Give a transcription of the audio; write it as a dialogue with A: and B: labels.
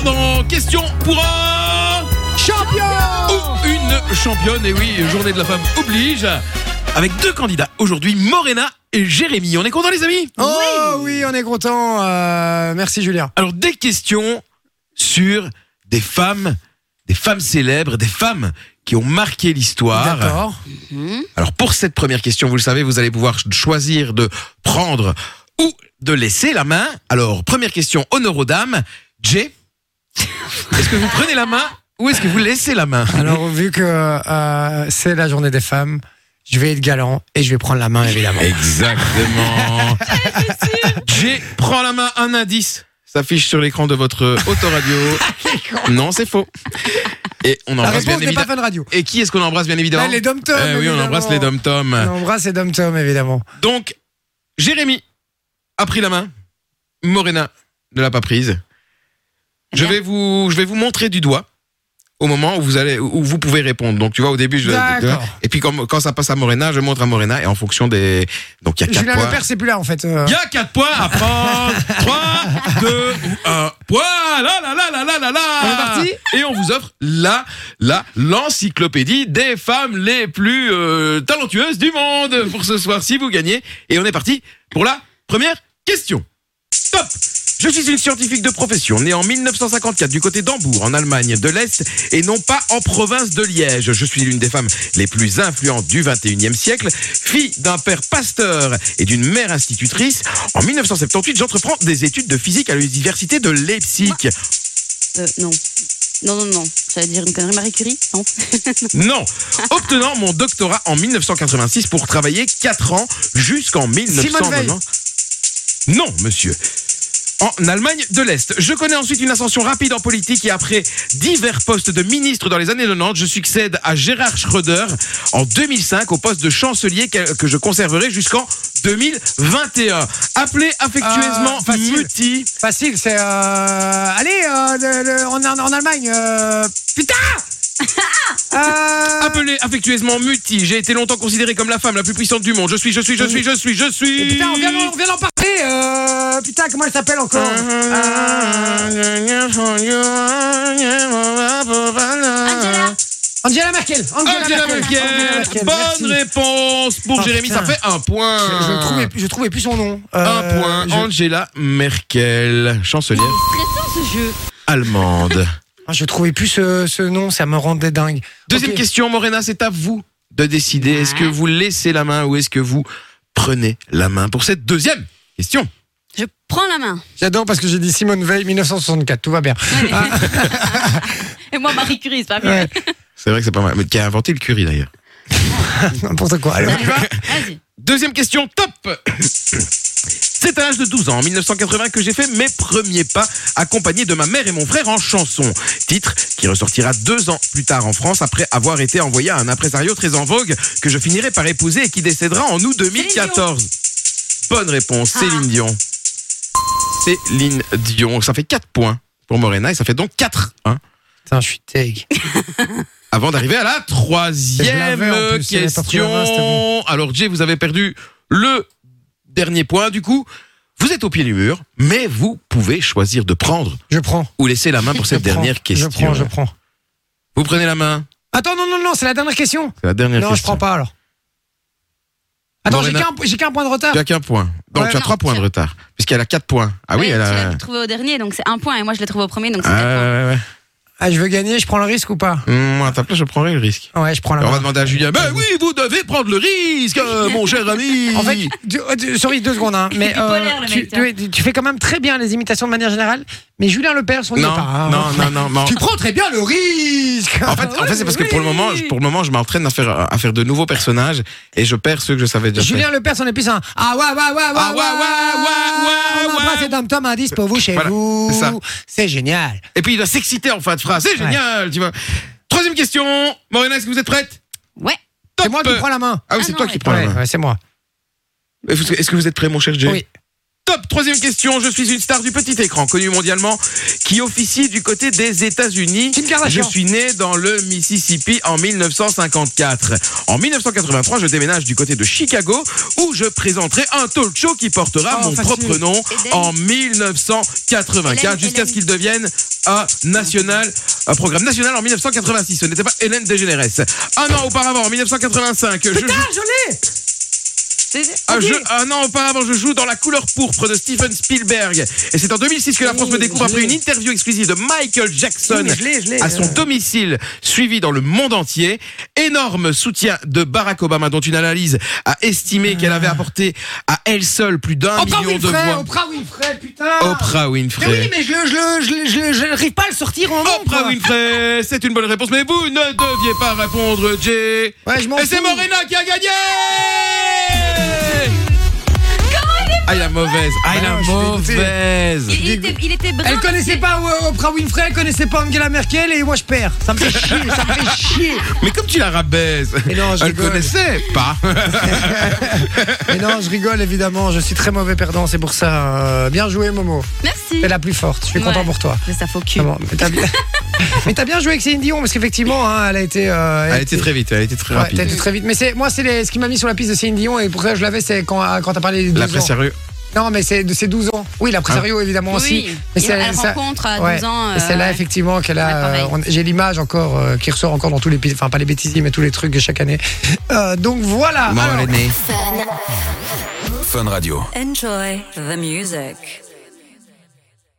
A: demain euh, dans Question pour un
B: Champion
A: ou une championne. Et oui, journée de la femme oblige. Avec deux candidats aujourd'hui, Morena et Jérémy. On est content les amis
B: Oh oui, on est content. euh, merci Julien.
A: Alors des questions sur des femmes, des femmes célèbres, des femmes qui ont marqué l'histoire.
B: D'accord.
A: Alors pour cette première question, vous le savez, vous allez pouvoir ch- choisir de prendre ou de laisser la main. Alors première question, honneur aux dames. Jay, est-ce que vous prenez la main ou est-ce que vous laissez la main
B: Alors vu que euh, c'est la journée des femmes, je vais être galant et je vais prendre la main évidemment.
A: Exactement. Jay, prends la main, un indice s'affiche sur l'écran de votre autoradio.
B: Ah,
A: non, c'est faux. Et on
B: La
A: embrasse bien
B: réponse n'est pas
A: évidemment.
B: Fun Radio.
A: Et qui est-ce qu'on embrasse bien évidemment
B: Ah, les dom Tom.
A: Eh oui, on embrasse les dom
B: On
A: tom
B: embrasse les dom Tom évidemment.
A: Donc, Jérémy a pris la main. Morena ne l'a pas prise. Je vais vous, je vais vous montrer du doigt au moment où vous allez, où vous pouvez répondre. Donc, tu vois, au début, je,
B: D'accord.
A: et puis quand, quand ça passe à Morena, je montre à Morena et en fonction des, donc il y a quatre
B: Julien
A: points.
B: Lepers c'est plus là en fait. euh.
A: Il y a 4 points à prendre. 3, 2 ou 1 point. La la la la la la la.
B: On est parti
A: Et on vous offre la, la, l'encyclopédie des femmes les plus euh, talentueuses du monde pour ce soir si vous gagnez. Et on est parti pour la première question. Top je suis une scientifique de profession, née en 1954 du côté d'Hambourg, en Allemagne de l'Est, et non pas en province de Liège. Je suis l'une des femmes les plus influentes du 21e siècle, fille d'un père pasteur et d'une mère institutrice. En 1978, j'entreprends des études de physique à l'université de Leipzig.
C: Euh, non. Non, non, non. Ça veut dire une connerie Marie Curie Non.
A: Non, obtenant mon doctorat en 1986 pour travailler 4 ans jusqu'en
B: Veil.
A: 1990. Non, monsieur. En Allemagne de l'Est. Je connais ensuite une ascension rapide en politique et après divers postes de ministre dans les années 90, je succède à Gérard Schröder en 2005 au poste de chancelier que que je conserverai jusqu'en 2021. Appelé affectueusement
B: Euh, facile.
A: Muti.
B: Facile, c'est. Euh... Allez, euh, le- le- en, en- en Allemagne. euh, Putain Euh,
A: Appelé affectueusement Muti. J'ai été longtemps considérée comme la femme la plus puissante du monde. Je suis, je suis, je suis, je suis, je suis.
B: Putain, Eh on vient, d'en- on vient d'en parler. euh, Putain, comment elle s'appelle encore Euh, Ah.
C: Angela
B: Angela Merkel.
A: Angela Merkel.
B: merci.
A: Bonne réponse pour
B: Oh,
A: Jérémy, ça
B: putain.
A: fait un point.
B: Je, je trouvais, plus- je trouvais plus son nom.
A: Un
B: Euh,
A: point.
B: Je,
A: Angela Merkel, chancelière
C: Stressant ce jeu.
A: allemande.
B: ah, je trouvais plus ce, ce nom, ça me rendait dingue.
A: Deuxième
B: Ok.
A: question, Morena, c'est à vous de décider. Est-ce que vous laissez la main ou est-ce que vous prenez la main pour cette deuxième question
C: Je prends la main.
B: J'adore parce que j'ai dit Simone Veil 1964, tout va bien.
C: Et moi, Marie Curie, c'est pas mieux.
B: Ouais,
A: C'est vrai que c'est pas mal. Mais qui a inventé le curry d'ailleurs
B: N'importe quoi. Ah Allez, on y va.
C: Vas-y.
A: Deuxième question, top C'est à l'âge de 12 ans, en 1980, que j'ai fait mes premiers pas, accompagné de ma mère et mon frère en chanson. Titre qui ressortira deux ans plus tard en France, après avoir été envoyé à un impresario très en vogue, que je finirai par épouser et qui décédera en août 2014. Bonne réponse,
C: Ah.
A: Céline Dion. Céline Dion, ça fait 4 points pour Morena, et ça fait donc 4 hein,
B: Putain, je suis tag.
A: avant d'arriver à la troisième
B: Je l'avais en plus, j'avais pas pris la
A: question.
B: main, c'était bon.
A: Alors Jay, vous avez perdu le dernier point. Du coup, vous êtes au pied du mur, mais vous pouvez choisir de prendre
B: Je prends.
A: ou laisser la main pour cette
B: je prends,
A: dernière question.
B: Je prends, je prends.
A: Vous prenez la main.
B: Attends, non, non, non, c'est la dernière question.
A: C'est la dernière
B: non, je
A: question.
B: prends pas alors. Attends, j'ai
A: Morena.
B: qu'un j'ai qu'un point de retard.
A: Tu as qu'un point. Donc
B: Ouais,
A: tu as
C: non,
A: trois points de
C: tiens.
A: retard, puisqu'elle a quatre points. Ah oui,
C: Ouais,
A: elle
C: Tu l'as
A: a.
C: trouvé au dernier, donc c'est un point. Et moi, je l'ai trouvé au premier, donc c'est
A: Ah,
C: quatre points.
A: ouais, ouais, ouais.
B: Ah, je veux gagner, je prends le risque ou pas
A: Hum, Moi, à ta place, je prendrais le risque.
B: Ouais, je prends la
A: Alors, on va
B: main.
A: demander à Julien. Ben oui, vous devez prendre le risque, euh, mon cher ami.
B: Ah. En fait, du- euh, du- sorry, deux secondes, hein, mais
C: Il est bipolaire, le
B: tu,
C: mec,
A: hein.
C: tiens.
B: tu- tu fais quand même très bien les imitations de manière générale, mais Julien Lepers, on y est
A: non,
B: pas. hein.
A: non, non, non, non.
B: Tu prends très bien le risque
A: En fait, en fait c'est parce que pour le moment, je- pour le moment, je m'entraîne à faire, à faire de nouveaux personnages et je perds ceux que je savais déjà faire.
B: Julien Lepers, on est plus un. Ah ouais, ouais, ouais, ouais,
A: Ah ouais, ouais, ouais,
B: On
A: ouais,
B: embrasse
A: ouais.
B: les Dom Tom indice pour vous chez
A: Voilà,
B: vous.
A: c'est ça.
B: C'est génial.
A: Et puis il doit s'exciter en fin de phrase. C'est génial, tu vois. Troisième question. Morena, est-ce que vous êtes prête
C: Ouais.
A: Top.
B: C'est moi qui prends la main.
A: Ah oui,
C: Ah
A: c'est
C: non,
A: toi qui
C: ouais.
A: prends la
B: Ouais,
A: main.
B: ouais, c'est moi.
A: Est-ce que- est-ce que vous êtes prêt, mon cher Jay
B: Oui.
A: Top Troisième question, je suis une star du petit écran, connue mondialement, qui officie du côté des États-Unis.
B: Kim Kardashian.
A: Je suis né dans le Mississippi en 1954. En 1983, je déménage du côté de Chicago, où je présenterai un talk show qui portera
B: Oh,
A: mon
B: facile.
A: propre nom
C: Eden.
A: en 1984,
C: Hélène,
A: jusqu'à ce
C: Hélène.
A: qu'il devienne un national, un programme national en 1986. Ce n'était pas Hélène Dégénérez. Un an auparavant, en 1985, je joue-
C: C'est- c'est-
A: un,
C: ok.
A: jeu- un an auparavant, je joue dans La couleur pourpre de Steven Spielberg. Et c'est en 2006 que la
B: Oh,
A: France me découvre après une interview exclusive de Michael Jackson à
B: euh.
A: son domicile, suivi dans le monde entier. Énorme soutien de Barack Obama, dont une analyse a estimé qu'elle avait apporté à elle seule plus d'un
B: Ah. Oprah
A: million de
B: Winfrey,
A: voix.
B: Oprah Winfrey, putain.
A: Oprah
B: Mais
A: Winfrey.
B: oui, mais je, je, je, je, je, je n'arrive pas à le sortir en nom.
A: Oprah
B: quoi.
A: Winfrey, c'est une bonne réponse, mais vous ne deviez pas répondre, Jay.
B: Ouais, je m'en
A: Et c'est
B: fous.
A: Morena qui a gagné Ah, il a mauvaise. Ah, il
B: Ah,
A: a
B: je suis dégoûté.
A: mauvaise.
C: Il, il était, il était brin.
B: Elle connaissait pas euh, Oprah Winfrey, elle connaissait pas Angela Merkel et moi je perds. Ça me fait chier, ça me fait chier.
A: Mais comme tu la rabaises,
B: Mais non, je
A: elle
B: rigole.
A: connaissait pas.
B: Mais non, je rigole évidemment, je suis très mauvais perdant, c'est pour ça. euh, bien joué Momo,
C: Merci.
B: t'es la plus forte, je suis content
C: Ouais.
B: pour toi.
C: Mais ça faut cul.
B: Vraiment, mais t'as bien... mais t'as bien joué avec Céline Dion parce qu'effectivement, hein, elle a été. euh,
A: Elle était très vite, elle était très
B: Ouais, t'as été
A: rapide.
B: très vite. Mais c'est moi, c'est les- ce qui m'a mis sur la piste de Céline Dion et pour ça je l'avais, c'est quand, quand t'as parlé des 12
A: La
B: ans.
A: presse sérieux.
B: Non, mais c'est de ses 12 ans. Oui, la
A: Ah.
B: présario évidemment aussi.
C: Oui.
B: Mais
C: Il-
B: c'est-
C: elle
B: ça-
C: rencontre à 12
B: Ouais.
C: ans.
B: Et c'est
C: euh,
B: là effectivement qu'elle
C: Ouais,
B: a.
C: pareil.
B: euh, on- J'ai l'image encore euh, qui ressort encore dans tous les pays, enfin pas les bêtises, mais tous les trucs de chaque année. Euh, donc voilà. Ah, Alors,
A: Morena.
D: Fun Radio.
E: Enjoy the music.